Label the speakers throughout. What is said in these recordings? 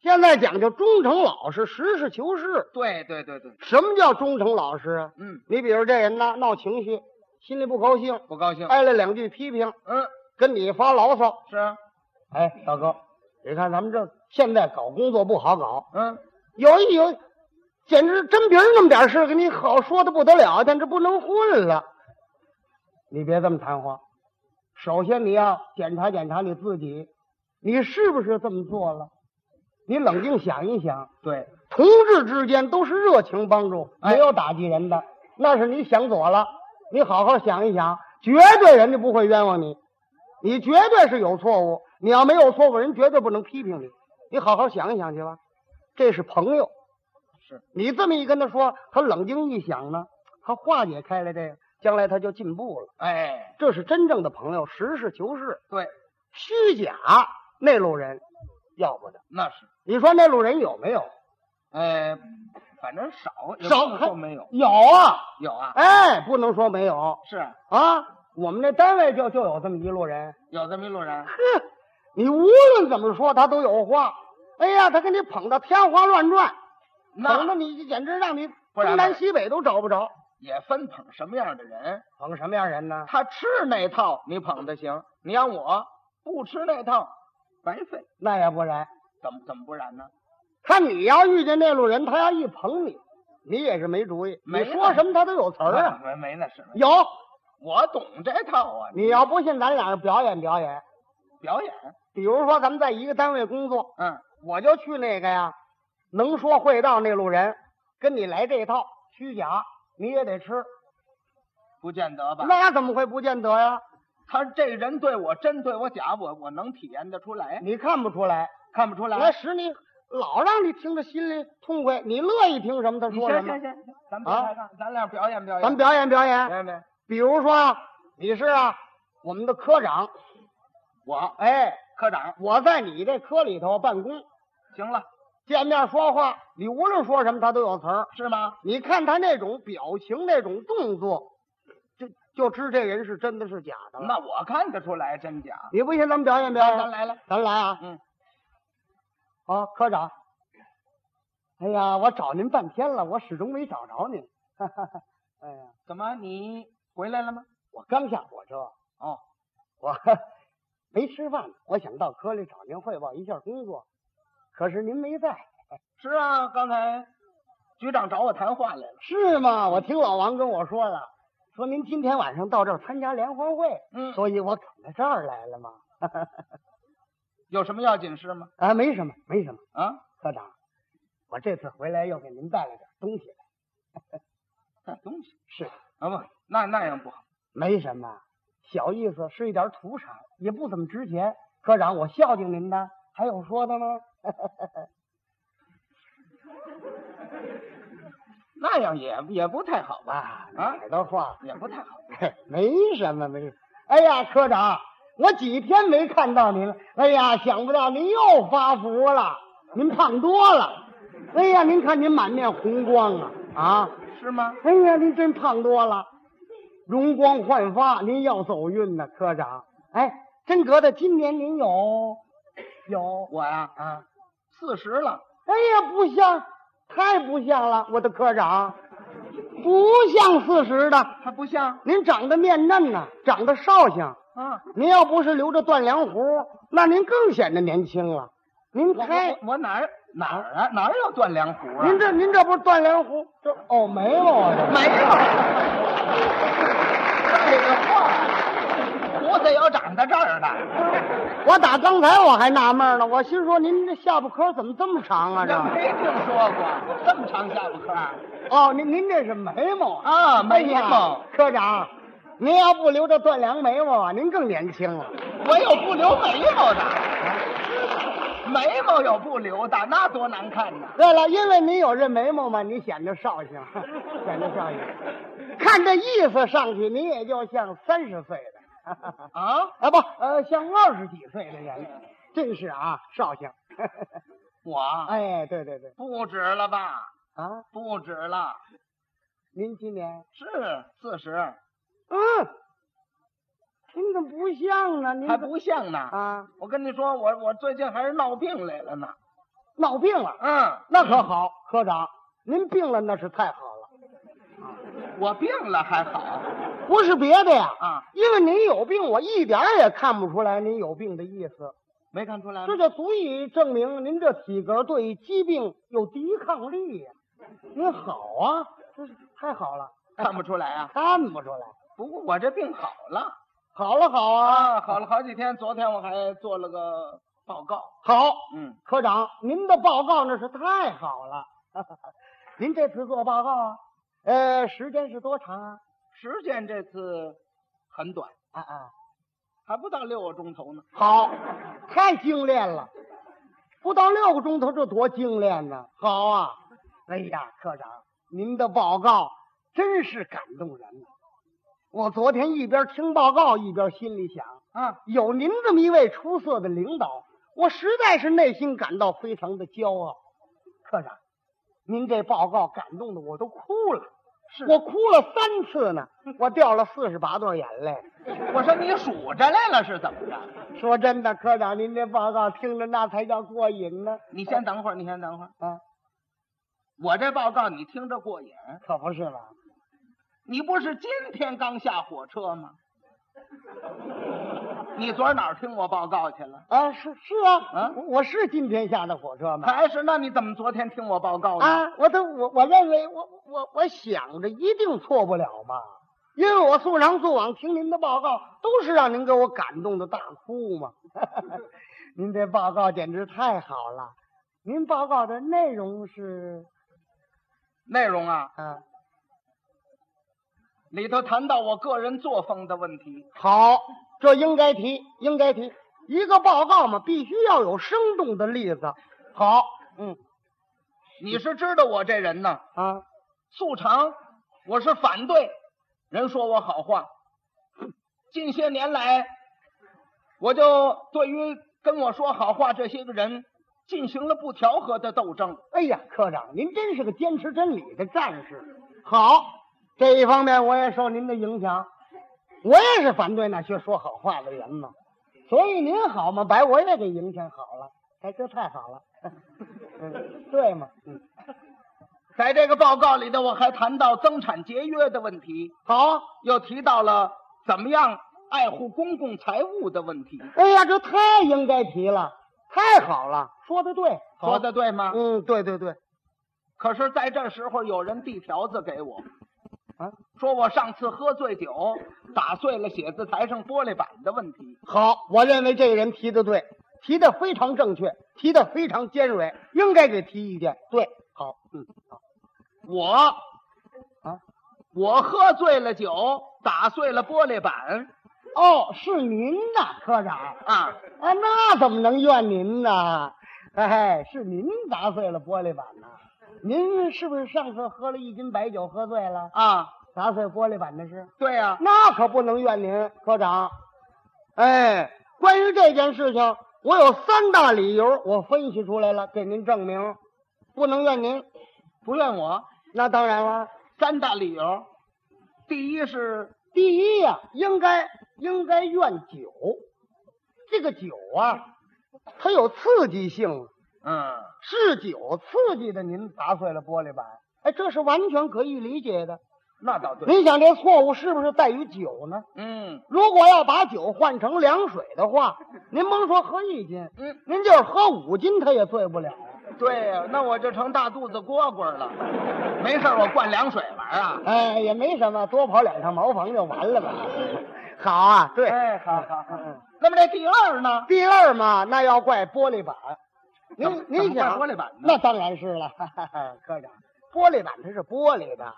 Speaker 1: 现在讲究忠诚老实、实事求是。
Speaker 2: 对对对对，
Speaker 1: 什么叫忠诚老实啊？
Speaker 2: 嗯，
Speaker 1: 你比如这人呐，闹情绪，心里不高兴，
Speaker 2: 不高兴。
Speaker 1: 挨了两句批评，
Speaker 2: 嗯，
Speaker 1: 跟你发牢骚。
Speaker 2: 是啊，
Speaker 1: 哎，大哥，你看咱们这现在搞工作不好搞，
Speaker 2: 嗯，
Speaker 1: 有一有，简直真别人那么点事给你好说的不得了，但这不能混了。你别这么谈话，首先你要检查检查你自己，你是不是这么做了？你冷静想一想，
Speaker 2: 对，
Speaker 1: 同志之间都是热情帮助，
Speaker 2: 哎
Speaker 1: 没有打击人的。那是你想左了，你好好想一想，绝对人家不会冤枉你，你绝对是有错误。你要没有错误，人绝对不能批评你。你好好想一想去吧，这是朋友。
Speaker 2: 是
Speaker 1: 你这么一跟他说，他冷静一想呢，他化解开了这个，将来他就进步了。
Speaker 2: 哎，
Speaker 1: 这是真正的朋友，实事求是，
Speaker 2: 对，
Speaker 1: 虚假那路人要不得。
Speaker 2: 那是，
Speaker 1: 你说那路人有没有？
Speaker 2: 哎，反正少也
Speaker 1: 少
Speaker 2: 不能说没有，
Speaker 1: 有啊。
Speaker 2: 有啊，
Speaker 1: 哎，不能说没有
Speaker 2: 是啊
Speaker 1: 啊！我们这单位就就有这么一路人，
Speaker 2: 有这么一路人，
Speaker 1: 哼，你无论怎么说他都有话。哎呀，他给你捧到天花乱转，捧
Speaker 2: 那
Speaker 1: 的你简直让你
Speaker 2: 不
Speaker 1: 东
Speaker 2: 然呢
Speaker 1: 南西北都找不着。
Speaker 2: 也分捧什么样的人，
Speaker 1: 捧什么样人呢？
Speaker 2: 他吃那套你捧的行，你让我不吃那套，白费，
Speaker 1: 那也不然，
Speaker 2: 怎么怎么不然呢？
Speaker 1: 他你要遇见那路人，他要一捧你，你也是没主意。
Speaker 2: 没
Speaker 1: 你
Speaker 2: 啊
Speaker 1: 说什么他都有词儿啊。
Speaker 2: 没没那事，
Speaker 1: 有，
Speaker 2: 我懂这套啊，
Speaker 1: 你要不信，咱俩表演表演。
Speaker 2: 表演，
Speaker 1: 比如说，咱们在一个单位工作，
Speaker 2: 嗯，
Speaker 1: 我就去那个呀，能说会道那路人，跟你来这一套虚假，你也得吃。
Speaker 2: 不见得吧？
Speaker 1: 那怎么会不见得呀？
Speaker 2: 他这人对我真对我假，我我能体验得出来，
Speaker 1: 你看不出来，
Speaker 2: 看不出
Speaker 1: 那
Speaker 2: 来。
Speaker 1: 使你老让你听着心里痛快，你乐意听什么他
Speaker 2: 你
Speaker 1: 说
Speaker 2: 先
Speaker 1: 什
Speaker 2: 先
Speaker 1: 么。啊
Speaker 2: 先，咱别开杠，咱俩表演表演。
Speaker 1: 咱表演表
Speaker 2: 表
Speaker 1: 演，
Speaker 2: 演呗。
Speaker 1: 比如说啊，你是啊我们的科长，
Speaker 2: 我
Speaker 1: 哎，
Speaker 2: 科长，
Speaker 1: 我在你这科里头办公，
Speaker 2: 行了，
Speaker 1: 见面说话，你无论说什么他都有词儿。
Speaker 2: 是吗？
Speaker 1: 你看他那种表情、那种动作，就就知这人是真的是假的了。
Speaker 2: 那我看得出来真假。
Speaker 1: 你不信，咱们表演表
Speaker 2: 咱咱
Speaker 1: 演，
Speaker 2: 来了，
Speaker 1: 咱来啊！
Speaker 2: 嗯，
Speaker 1: 好，科长。哎呀，我找您半天了，我始终没找着您。哎呀，
Speaker 2: 怎么你回来了吗？
Speaker 1: 我刚下火车，
Speaker 2: 哦，
Speaker 1: 我没吃饭呢，我想到科里找您汇报一下工作，可是您没在，
Speaker 2: 是啊，刚才局长找我谈话来了。
Speaker 1: 是吗？我听老王跟我说的，说您今天晚上到这儿参加联欢会，
Speaker 2: 嗯，
Speaker 1: 所以我赶到这儿来了嘛。
Speaker 2: 有什么要紧事吗？
Speaker 1: 啊，没什么，没什么，
Speaker 2: 啊，
Speaker 1: 科长，我这次回来又给您带了点东西来，
Speaker 2: 带东西
Speaker 1: 是。
Speaker 2: 啊不，那那样不好。
Speaker 1: 没什么，小意思，是一点土产，也不怎么值钱。科长，我孝敬您的，还有说的吗？
Speaker 2: 那样也也不太好吧？
Speaker 1: 啊，哪儿的话，
Speaker 2: 也不太好。
Speaker 1: 嘿没什么，没什么。哎呀，科长，我几天没看到您了。哎呀，想不到您又发福了，您胖多了。哎呀，您看您满面红光啊啊！
Speaker 2: 是吗？
Speaker 1: 哎呀，您真胖多了，容光焕发，您要走运呢，科长。哎，真格的，今年您有有
Speaker 2: 我呀啊，四十了。
Speaker 1: 哎呀，不像，太不像了，我的科长，不像四十的。
Speaker 2: 还不像
Speaker 1: 您长得面嫩呐、长得绍兴。
Speaker 2: 啊！
Speaker 1: 您要不是留着断梁胡，那您更显得年轻了。您
Speaker 2: 我
Speaker 1: 开
Speaker 2: 我，我哪儿哪儿啊哪儿有断梁湖啊？
Speaker 1: 您这您这不是断梁胡？这哦，没有啊。这
Speaker 2: 没 有。这个话，胡子要长到这儿的，
Speaker 1: 我打刚才我还纳闷呢，我心说您这下巴颏怎么这么长啊？
Speaker 2: 这
Speaker 1: 这
Speaker 2: 没听说过这么长下巴颏儿
Speaker 1: 哦，您您这是眉毛啊？
Speaker 2: 啊，没
Speaker 1: 哎
Speaker 2: 有，
Speaker 1: 呀科长，您要不留着断梁眉毛啊，您更年轻了。
Speaker 2: 我有不留眉毛的，眉毛有不留的，那多难看呐！
Speaker 1: 对了，因为你有这眉毛嘛，你显得绍兴，啊显得绍兴。看这意思上去，你也就像三十岁的，
Speaker 2: 啊，
Speaker 1: 啊不，呃，像二十几岁的人，真是啊，绍兴。
Speaker 2: 我
Speaker 1: 哎，对对对，
Speaker 2: 不止了吧？
Speaker 1: 啊，
Speaker 2: 不止了，
Speaker 1: 您今年
Speaker 2: 是四十，
Speaker 1: 嗯，您怎么不像呢？您
Speaker 2: 还
Speaker 1: 怎
Speaker 2: 不像呢。
Speaker 1: 啊？
Speaker 2: 我跟你说，我我最近还是闹病来了呢。
Speaker 1: 闹病了，
Speaker 2: 嗯，
Speaker 1: 那可好，科长，您病了那是太好了，
Speaker 2: 我病了还好
Speaker 1: 不是别的呀，
Speaker 2: 啊，
Speaker 1: 因为您有病，我一点儿也看不出来您有病的意思，
Speaker 2: 没看出来
Speaker 1: 这
Speaker 2: 吗？
Speaker 1: 就足以证明您这体格对疾病有抵抗力呀、您好啊，这是太好了，
Speaker 2: 看不出来啊。
Speaker 1: 看不出来。
Speaker 2: 不过我这病好了
Speaker 1: 好了好啊，
Speaker 2: 啊，好了好几天。昨天我还做了个报告，
Speaker 1: 好，
Speaker 2: 嗯，
Speaker 1: 科长，您的报告那是太好了。 您这次做报告啊，呃，时间是多长啊？
Speaker 2: 时间这次很短，
Speaker 1: 啊啊，
Speaker 2: 还不到六个钟头呢。
Speaker 1: 好，太精炼了，不到六个钟头，这多精炼呢！好啊，哎呀，科长，您的报告真是感动人呐！我昨天一边听报告，一边心里想，
Speaker 2: 啊，
Speaker 1: 有您这么一位出色的领导，我实在是内心感到非常的骄傲。科长，您这报告感动的我都哭了，
Speaker 2: 是
Speaker 1: 我哭了三次呢，我掉了四十八对眼泪。
Speaker 2: 我说你数着来了是怎么着？
Speaker 1: 说真的，科长，您这报告听着那才叫过瘾呢。
Speaker 2: 你先等会儿，你先等会儿。
Speaker 1: 啊，
Speaker 2: 我这报告你听着过瘾，
Speaker 1: 可不是嘛，
Speaker 2: 你不是今天刚下火车吗？你昨儿哪儿听我报告去了？
Speaker 1: 啊，是是啊，
Speaker 2: 啊
Speaker 1: 我我是今天下的火车嘛。
Speaker 2: 还是那你怎么昨天听我报告呢？
Speaker 1: 啊，我都我我认为我我我想着一定错不了嘛，因为我素常素往听您的报告，都是让您给我感动的大哭 嘛。您这报告简直太好了，您报告的内容是
Speaker 2: 内容啊，
Speaker 1: 啊，
Speaker 2: 里头谈到我个人作风的问题。
Speaker 1: 好，这应该提，应该提。一个报告嘛，必须要有生动的例子。好，嗯
Speaker 2: 你是知道我这人呢，
Speaker 1: 啊，
Speaker 2: 素常我是反对人说我好话。近些年来，我就对于跟我说好话这些个人进行了不调和的斗争。
Speaker 1: 哎呀，科长，您真是个坚持真理的战士。好，这一方面我也受您的影响，我也是反对那些说好话的人嘛。所以您好嘛，把我也给影响好了，哎，这太好了。 嗯，对嘛，嗯，
Speaker 2: 在这个报告里头，我还谈到增产节约的问题，
Speaker 1: 好啊。
Speaker 2: 又提到了怎么样爱护公共财物的问题。
Speaker 1: 哎呀，这太应该提了，太好了，说的对，好
Speaker 2: 说的对吗？
Speaker 1: 嗯，对对对，
Speaker 2: 可是，在这时候有人递条子给我，
Speaker 1: 啊，
Speaker 2: 说我上次喝醉酒打碎了写字台上玻璃板的问题。
Speaker 1: 好，我认为这个人提的对，提的非常正确，提的非常尖锐，应该给提意见。对，好，嗯，好，
Speaker 2: 我
Speaker 1: 啊，
Speaker 2: 我喝醉了酒打碎了玻璃板
Speaker 1: 哦，是您呐，科长啊，
Speaker 2: 啊，
Speaker 1: 那怎么能怨您呢？哎，是您砸碎了玻璃板呐、您是不是上次喝了一斤白酒喝醉了，
Speaker 2: 啊，
Speaker 1: 砸碎玻璃板的事？
Speaker 2: 对啊呀、
Speaker 1: 那可不能怨您，科长。哎，关于这件事情，我有三大理由，我分析出来了，给您证明，不能怨您。
Speaker 2: 不怨我。
Speaker 1: 那当然了，
Speaker 2: 三大理由，第一是
Speaker 1: 第一呀、应该应该怨酒，这个酒啊，它有刺激性，
Speaker 2: 嗯，
Speaker 1: 是酒刺激的您砸碎了玻璃板，哎，这是完全可以理解的。
Speaker 2: 那倒对，
Speaker 1: 您想这错误是不是在于酒呢？
Speaker 2: 嗯
Speaker 1: 如果要把酒换成凉水的 话，您甭说喝一斤，
Speaker 2: 嗯，
Speaker 1: 您就是喝五斤，他也醉不了。
Speaker 2: 对呀、那我就成大肚子蝈蝈了。没事儿，我灌凉水玩儿啊。
Speaker 1: 哎，也没什么，多跑两趟茅房就完了 吧。好啊，对。
Speaker 2: 哎，好好好
Speaker 1: 嗯。
Speaker 2: 那么这第二呢？
Speaker 1: 第二嘛，那要怪玻璃板。
Speaker 2: 怎么
Speaker 1: 您您
Speaker 2: 怎么
Speaker 1: 想
Speaker 2: 怪玻璃板呢
Speaker 1: 那当然是了， 哈哈哈科长，玻璃板它是玻璃的，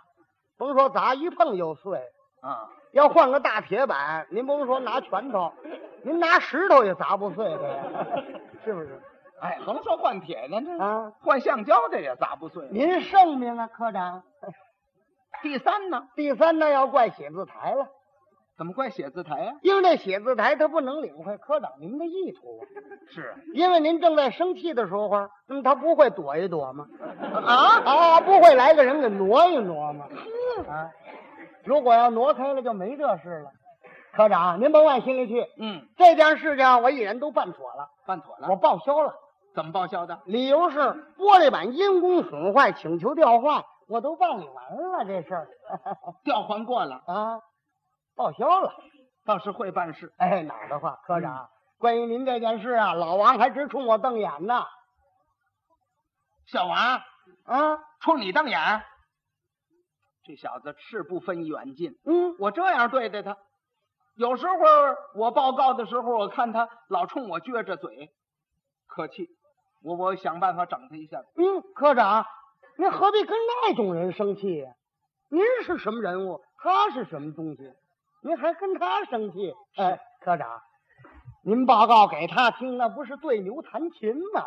Speaker 1: 甭说砸一碰就碎。
Speaker 2: 啊，
Speaker 1: 要换个大铁板，您甭说拿拳头，您拿石头也砸不碎的 呀，是不是？
Speaker 2: 哎，甭说换铁呢，这
Speaker 1: 啊
Speaker 2: 换橡胶的也砸不碎。
Speaker 1: 您圣明啊，科长。
Speaker 2: 第三呢？
Speaker 1: 第三呢，要怪写字台了，
Speaker 2: 怎么怪写字台呀、啊
Speaker 1: 因为这写字台它不能领会科长您的意图啊，
Speaker 2: 是
Speaker 1: 因为您正在生气的时候，那、么他不会躲一躲吗？
Speaker 2: 啊，
Speaker 1: 啊，不会来个人给挪一挪吗？啊，如果要挪开了，就没这事了。科长，您甭往心里去，
Speaker 2: 嗯，
Speaker 1: 这件事情我一人都办妥了，
Speaker 2: 办妥了。
Speaker 1: 我报销了，
Speaker 2: 怎么报销的？
Speaker 1: 理由是玻璃板因公损坏，请求调换，我都办理完了这事儿
Speaker 2: 调换过了，
Speaker 1: 啊，报销了。
Speaker 2: 倒是会办事。
Speaker 1: 哎，哪儿的话，科长，关于您这件事啊，老王还直冲我瞪眼呢。
Speaker 2: 小王
Speaker 1: 啊，
Speaker 2: 冲你瞪眼儿，这小子是不分远近。
Speaker 1: 嗯，
Speaker 2: 我这样对待他，有时候我报告的时候，我看他老冲我撅着嘴，可气。我我想办法整他一下子。
Speaker 1: 嗯，科长，您何必跟那种人生气呀、您是什么人物，他是什么东西，您还跟他生气？哎，科长，您报告给他听，那不是对牛弹琴吗？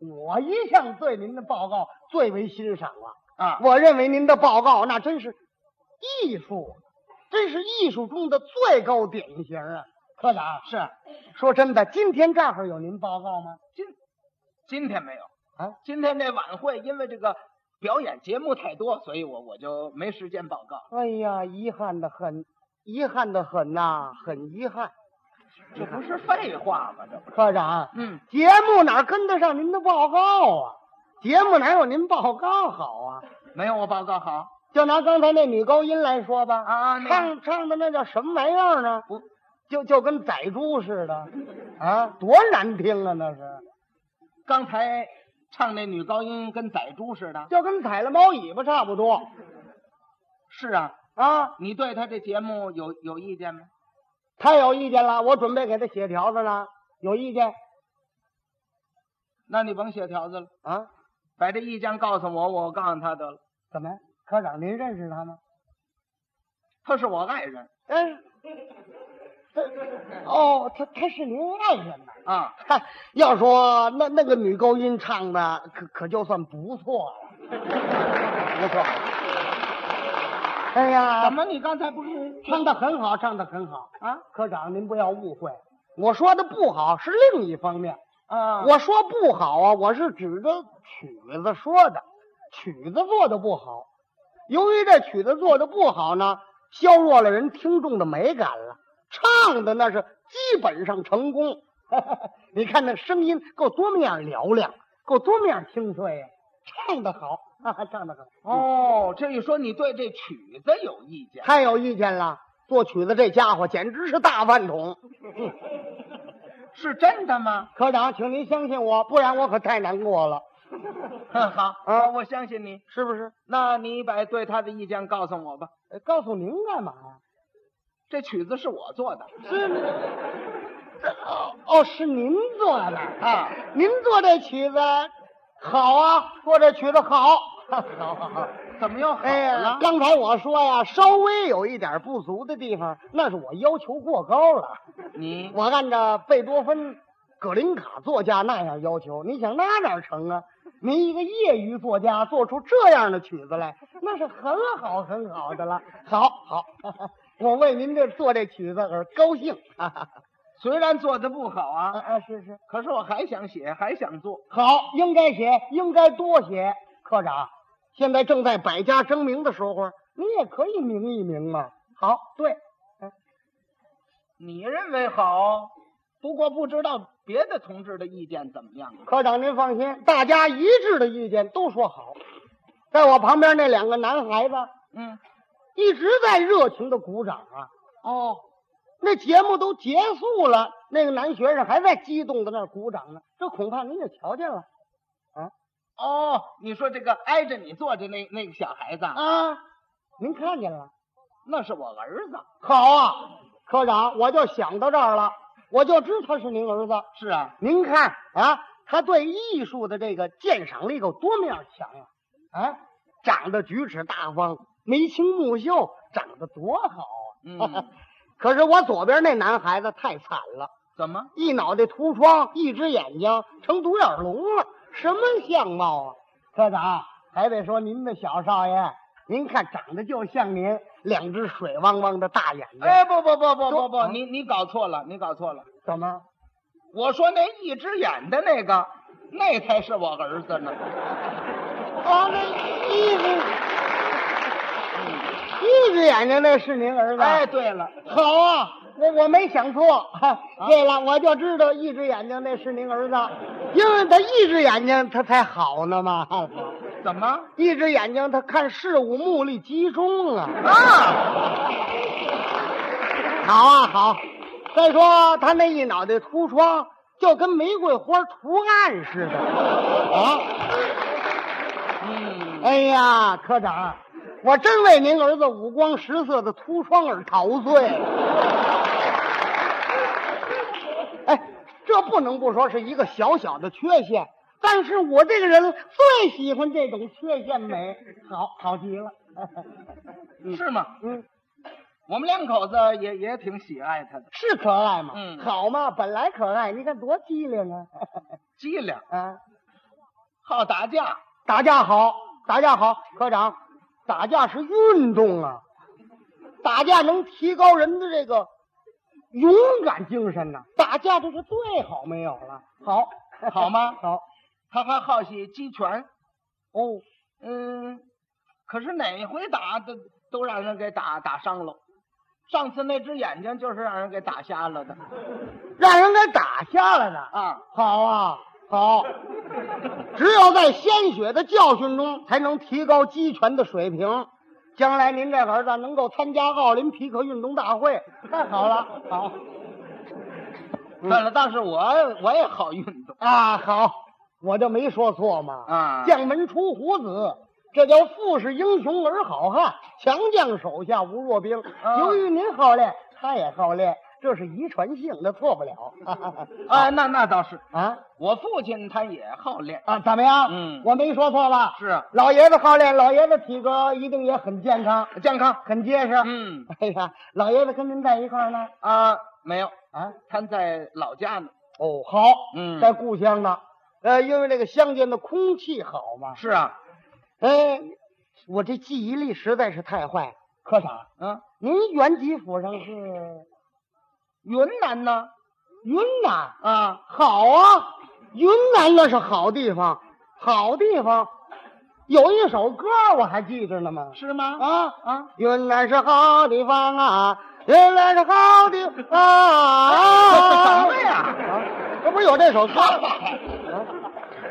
Speaker 1: 我一向对您的报告最为欣赏啊。
Speaker 2: 啊，
Speaker 1: 我认为您的报告那真是艺术，真是艺术中的最高典型啊！科长是说真的，今天这儿有您报告吗？
Speaker 2: 今今天没有
Speaker 1: 啊，
Speaker 2: 今天这晚会因为这个表演节目太多，所以我我就没时间报告。
Speaker 1: 哎呀，遗憾的很，遗憾的很呐、很遗憾。
Speaker 2: 这不是废话吗？这不是。
Speaker 1: 科长，
Speaker 2: 嗯，
Speaker 1: 节目哪跟得上您的报告啊？节目哪有您报告好啊？
Speaker 2: 没有我报告好
Speaker 1: 就拿刚才那女高音来说吧，
Speaker 2: 啊那
Speaker 1: 唱唱的那叫什么玩意儿呢？
Speaker 2: 不
Speaker 1: 就就跟宰猪似的，啊，多难听啊！那是。
Speaker 2: 刚才唱那女高音跟宰猪似的。
Speaker 1: 就跟踩了猫尾巴差不多
Speaker 2: 是啊，
Speaker 1: 啊。
Speaker 2: 你对他这节目有有意见吗？
Speaker 1: 他有意见了，我准备给他写条子呢。有意见
Speaker 2: 那你甭写条子了，
Speaker 1: 啊？
Speaker 2: 把这意见告诉我，我告诉他得了。
Speaker 1: 怎么？科长，您认识他吗？
Speaker 2: 他是我爱人
Speaker 1: 哎，他哦，他他是您爱人呐。
Speaker 2: 啊，
Speaker 1: 嗨，要说那那个女高音唱的，可可就算不错了，不错。哎呀
Speaker 2: 怎，么你刚才不是
Speaker 1: 唱的很好，唱的很好。
Speaker 2: 啊
Speaker 1: 科长，您不要误会，我说的不好是另一方面。
Speaker 2: 啊？
Speaker 1: 我说不好啊，我是指着曲子说的，曲子做的不好。由于这曲子做的不好呢，削弱了人听众的美感了。唱的那是基本上成功， 你看那声音够多么样嘹亮，够多么样清脆呀、啊唱的好， 啊、唱的好。哦，
Speaker 2: 哦，这一说你对这曲子有意见，
Speaker 1: 太有意见了，作曲子这家伙简直是大饭桶。
Speaker 2: 是真的吗？
Speaker 1: 科长，请您相信我，不然我可太难过了，
Speaker 2: 哼，嗯好，
Speaker 1: 啊
Speaker 2: 我我相信你。
Speaker 1: 是不是？
Speaker 2: 那你把对他的意见告诉我吧。
Speaker 1: 呃告诉您干嘛呀、
Speaker 2: 这曲子是我做的
Speaker 1: 是您，哦哦，是您做的啊？
Speaker 2: 啊，
Speaker 1: 您做这曲子好啊，做这曲子好，好好好。
Speaker 2: 怎么又好
Speaker 1: 哎呀
Speaker 2: 了，？
Speaker 1: 刚才我说呀，稍微有一点不足的地方，那是我要求过高了。
Speaker 2: 你
Speaker 1: 我按照贝多芬、葛林卡作家那样要求，你想那哪成啊？您一个业余作家做出这样的曲子来，那是很好很好的了。好好， 我为您这做这曲子而高兴。 哈哈哈。
Speaker 2: 虽然做的不好
Speaker 1: 啊
Speaker 2: 啊，
Speaker 1: 啊，是是，
Speaker 2: 可是我还想写，还想做。
Speaker 1: 好，应该写，应该多写。科长，现在正在百家争鸣的时候，你也可以明一明嘛。好，对，
Speaker 2: 嗯你认为好，不过不知道别的同志的意见怎么样啊？
Speaker 1: 科长您放心，大家一致的意见都说好。在我旁边那两个男孩子
Speaker 2: 嗯，
Speaker 1: 一直在热情的鼓掌啊。
Speaker 2: 哦，
Speaker 1: 那节目都结束了，那个男学生还在激动的那儿鼓掌呢。这恐怕您也瞧见了
Speaker 2: 哦，你说这个挨着你坐着那那个小孩子啊，
Speaker 1: 啊，您看见了。
Speaker 2: 那是我儿子。
Speaker 1: 好啊，科长，我就想到这儿了，我就知他是您儿子。
Speaker 2: 是啊，
Speaker 1: 您看啊，他对艺术的这个鉴赏力有多么样强啊！啊，长得举止大方，眉清目秀，长得多好啊！
Speaker 2: 嗯，
Speaker 1: 可是我左边那男孩子太惨了，
Speaker 2: 怎么？
Speaker 1: 一脑袋秃疮，一只眼睛成独眼龙了，什么相貌啊！科长，还得说您的小少爷，您看长得就像您，两只水汪汪的大眼睛。
Speaker 2: 哎，不不不不不
Speaker 1: 都
Speaker 2: 不，你你搞错了，你搞错了。
Speaker 1: 怎么？
Speaker 2: 我说那一只眼的那个，那才是我儿子呢。
Speaker 1: 哦啊，那衣服。一只眼睛那是您儿子？
Speaker 2: 哎，，对了，
Speaker 1: 好啊，我我没想错。哈
Speaker 2: 啊
Speaker 1: 对了，我就知道一只眼睛那是您儿子，因为他一只眼睛他才好呢嘛，
Speaker 2: 怎么
Speaker 1: 一只眼睛他看事物目力集中啊。
Speaker 2: 啊？
Speaker 1: 好啊，好。再说他那一脑袋秃疮，就跟玫瑰花图案似的。啊！
Speaker 2: 嗯，
Speaker 1: 哎呀，科长，我真为您儿子五光十色的秃疮而陶醉。哎，这不能不说是一个小小的缺陷，但是我这个人最喜欢这种缺陷美，好好极了。
Speaker 2: 是吗？
Speaker 1: 嗯，
Speaker 2: 我们两口子也也挺喜爱他的，
Speaker 1: 是可爱嘛，
Speaker 2: 嗯
Speaker 1: 好嘛，本来可爱，你看多机灵啊！
Speaker 2: 机灵，
Speaker 1: 啊。
Speaker 2: 好打架。
Speaker 1: 打架好，打架好，科长，打架是运动啊，打架能提高人的这个勇敢精神呐、打架这是最好没有了，好，
Speaker 2: 好吗
Speaker 1: 好，
Speaker 2: 他还好喜击拳，
Speaker 1: 哦，
Speaker 2: 嗯，可是哪回打都都让人给打打伤了。上次那只眼睛就是让人给打瞎了的
Speaker 1: 让人给打瞎了呢。
Speaker 2: 啊！
Speaker 1: 好啊，好，只有在鲜血的教训中，才能提高击拳的水平。将来您这儿子能够参加奥林匹克运动大会，太好了，好。嗯
Speaker 2: 但是但是我我也好运动
Speaker 1: 啊，好，我就没说错嘛。
Speaker 2: 啊
Speaker 1: 将门出虎子，这叫富士英雄而好汉，强将手下无弱兵。
Speaker 2: 啊
Speaker 1: 由于您好练，他也好练，这是遗传性的，错不了。
Speaker 2: 啊，那那倒是，
Speaker 1: 啊
Speaker 2: 我父亲他也好练，
Speaker 1: 啊，怎么样？
Speaker 2: 嗯
Speaker 1: 我没说错吧？
Speaker 2: 是啊
Speaker 1: 老爷子好练，老爷子体格一定也很健康，
Speaker 2: 健康。
Speaker 1: 很结实。
Speaker 2: 嗯
Speaker 1: 哎呀，老爷子跟您在一块儿呢。
Speaker 2: 啊，没有，
Speaker 1: 啊，
Speaker 2: 他在老家呢。
Speaker 1: 哦，好，
Speaker 2: 嗯
Speaker 1: 在故乡呢。呃，因为这个乡间的空气好嘛。
Speaker 2: 是啊，
Speaker 1: 哎，我这记忆力实在是太坏了，科长，
Speaker 2: 嗯，
Speaker 1: 您原籍府上是
Speaker 2: 云南呢？
Speaker 1: 云南？
Speaker 2: 啊，
Speaker 1: 好啊，云南那是好地方，好地方。有一首歌我还记着呢嘛，
Speaker 2: 是吗？
Speaker 1: 啊，
Speaker 2: 啊，
Speaker 1: 云南是好地方啊，云南是好地方啊。
Speaker 2: 哎这是什么呀
Speaker 1: 啊，这不是有这首歌吗？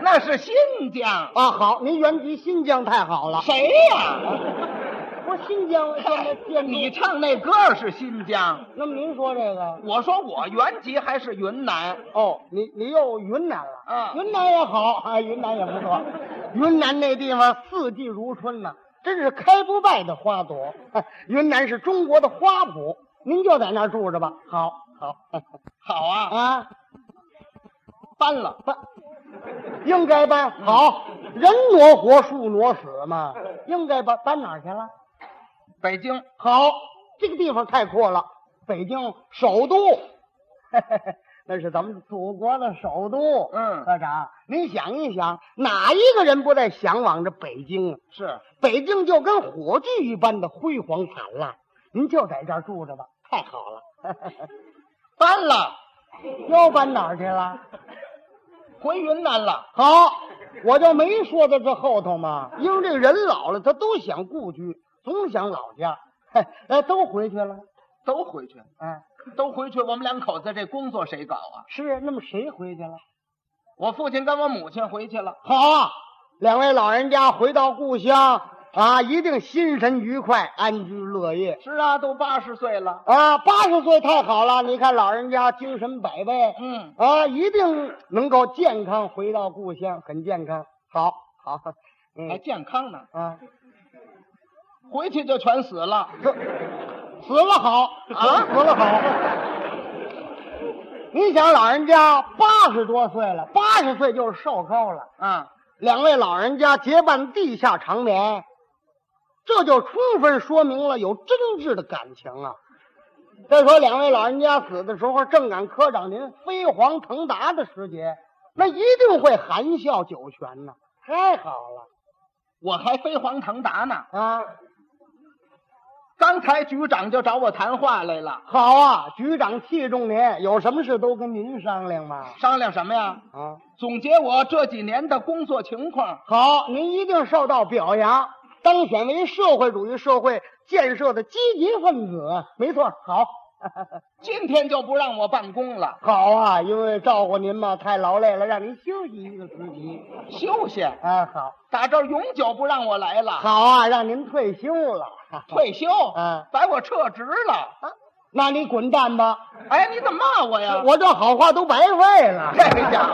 Speaker 2: 那是新疆。
Speaker 1: 啊，好，您原籍新疆太好了，
Speaker 2: 谁呀、
Speaker 1: 不是新疆现在建筑
Speaker 2: 你唱那歌是新疆，
Speaker 1: 那么您说这个？
Speaker 2: 我说我原籍还是云南。
Speaker 1: 哦，你你又云南了
Speaker 2: 啊
Speaker 1: 云南也好啊，云南也不错。云南那地方四季如春呐、真是开不败的花朵。哎云南是中国的花圃，您就在那儿住着吧。好，好哎
Speaker 2: 好啊，
Speaker 1: 啊，
Speaker 2: 搬了，
Speaker 1: 不，应该搬。好，人挪活，树挪死嘛，应该搬。搬哪儿去了？
Speaker 2: 北京。
Speaker 1: 好，这个地方太阔了，北京首都， 那是咱们祖国的首都。
Speaker 2: 嗯
Speaker 1: 科长，您想一想，哪一个人不在向往着北京啊？
Speaker 2: 是，
Speaker 1: 北京就跟火炬一般的辉煌灿烂，您就在这儿住着吧，太好了。
Speaker 2: 搬了，
Speaker 1: 又搬哪儿去了？
Speaker 2: 回云南了。
Speaker 1: 好，我就没说到这后头嘛，因为这个人老了，他都想故居，总想老家， 嘿，哎，都回去了，
Speaker 2: 都回去，
Speaker 1: 哎，
Speaker 2: 都回去。我们两口子这工作谁搞啊？
Speaker 1: 是，那么谁回去了？
Speaker 2: 我父亲跟我母亲回去了。
Speaker 1: 好啊，两位老人家回到故乡啊，一定心神愉快，安居乐业
Speaker 2: 是啊，都八十岁了。
Speaker 1: 啊！八十岁太好了，你看老人家精神百倍
Speaker 2: 嗯，
Speaker 1: 啊，一定能够健康回到故乡，很健康。好，好，
Speaker 2: 还
Speaker 1: 嗯
Speaker 2: 健康呢，
Speaker 1: 啊，
Speaker 2: 回去就全死了。
Speaker 1: 这死了好
Speaker 2: 啊
Speaker 1: 死了好。你想，老人家八十多岁了，八十岁就是寿高了。
Speaker 2: 啊，
Speaker 1: 两位老人家结伴地下长眠，这就充分说明了有真挚的感情啊。再说两位老人家死的时候，正赶科长您飞黄腾达的时节，那一定会含笑九泉呐、太好了
Speaker 2: 我还飞黄腾达呢。
Speaker 1: 啊！
Speaker 2: 刚才局长就找我谈话来了，
Speaker 1: 好啊，局长器重您，有什么事都跟您商量嘛。
Speaker 2: 商量什么呀？
Speaker 1: 啊，
Speaker 2: 总结我这几年的工作情况。
Speaker 1: 好，您一定受到表扬。当选为社会主义社会建设的积极分子。没错，好，
Speaker 2: 今天就不让我办公了，
Speaker 1: 好啊，因为照顾您嘛，太劳累了，让您休息一个时期。
Speaker 2: 休息。
Speaker 1: 啊，好，
Speaker 2: 打这儿永久不让我来了，
Speaker 1: 好啊，让您退休了。
Speaker 2: 退休，
Speaker 1: 啊，
Speaker 2: 把我撤职了。啊
Speaker 1: 那你滚蛋吧！
Speaker 2: 哎，你怎么骂我呀？哎
Speaker 1: 我这好话都白费了。
Speaker 2: 这家伙，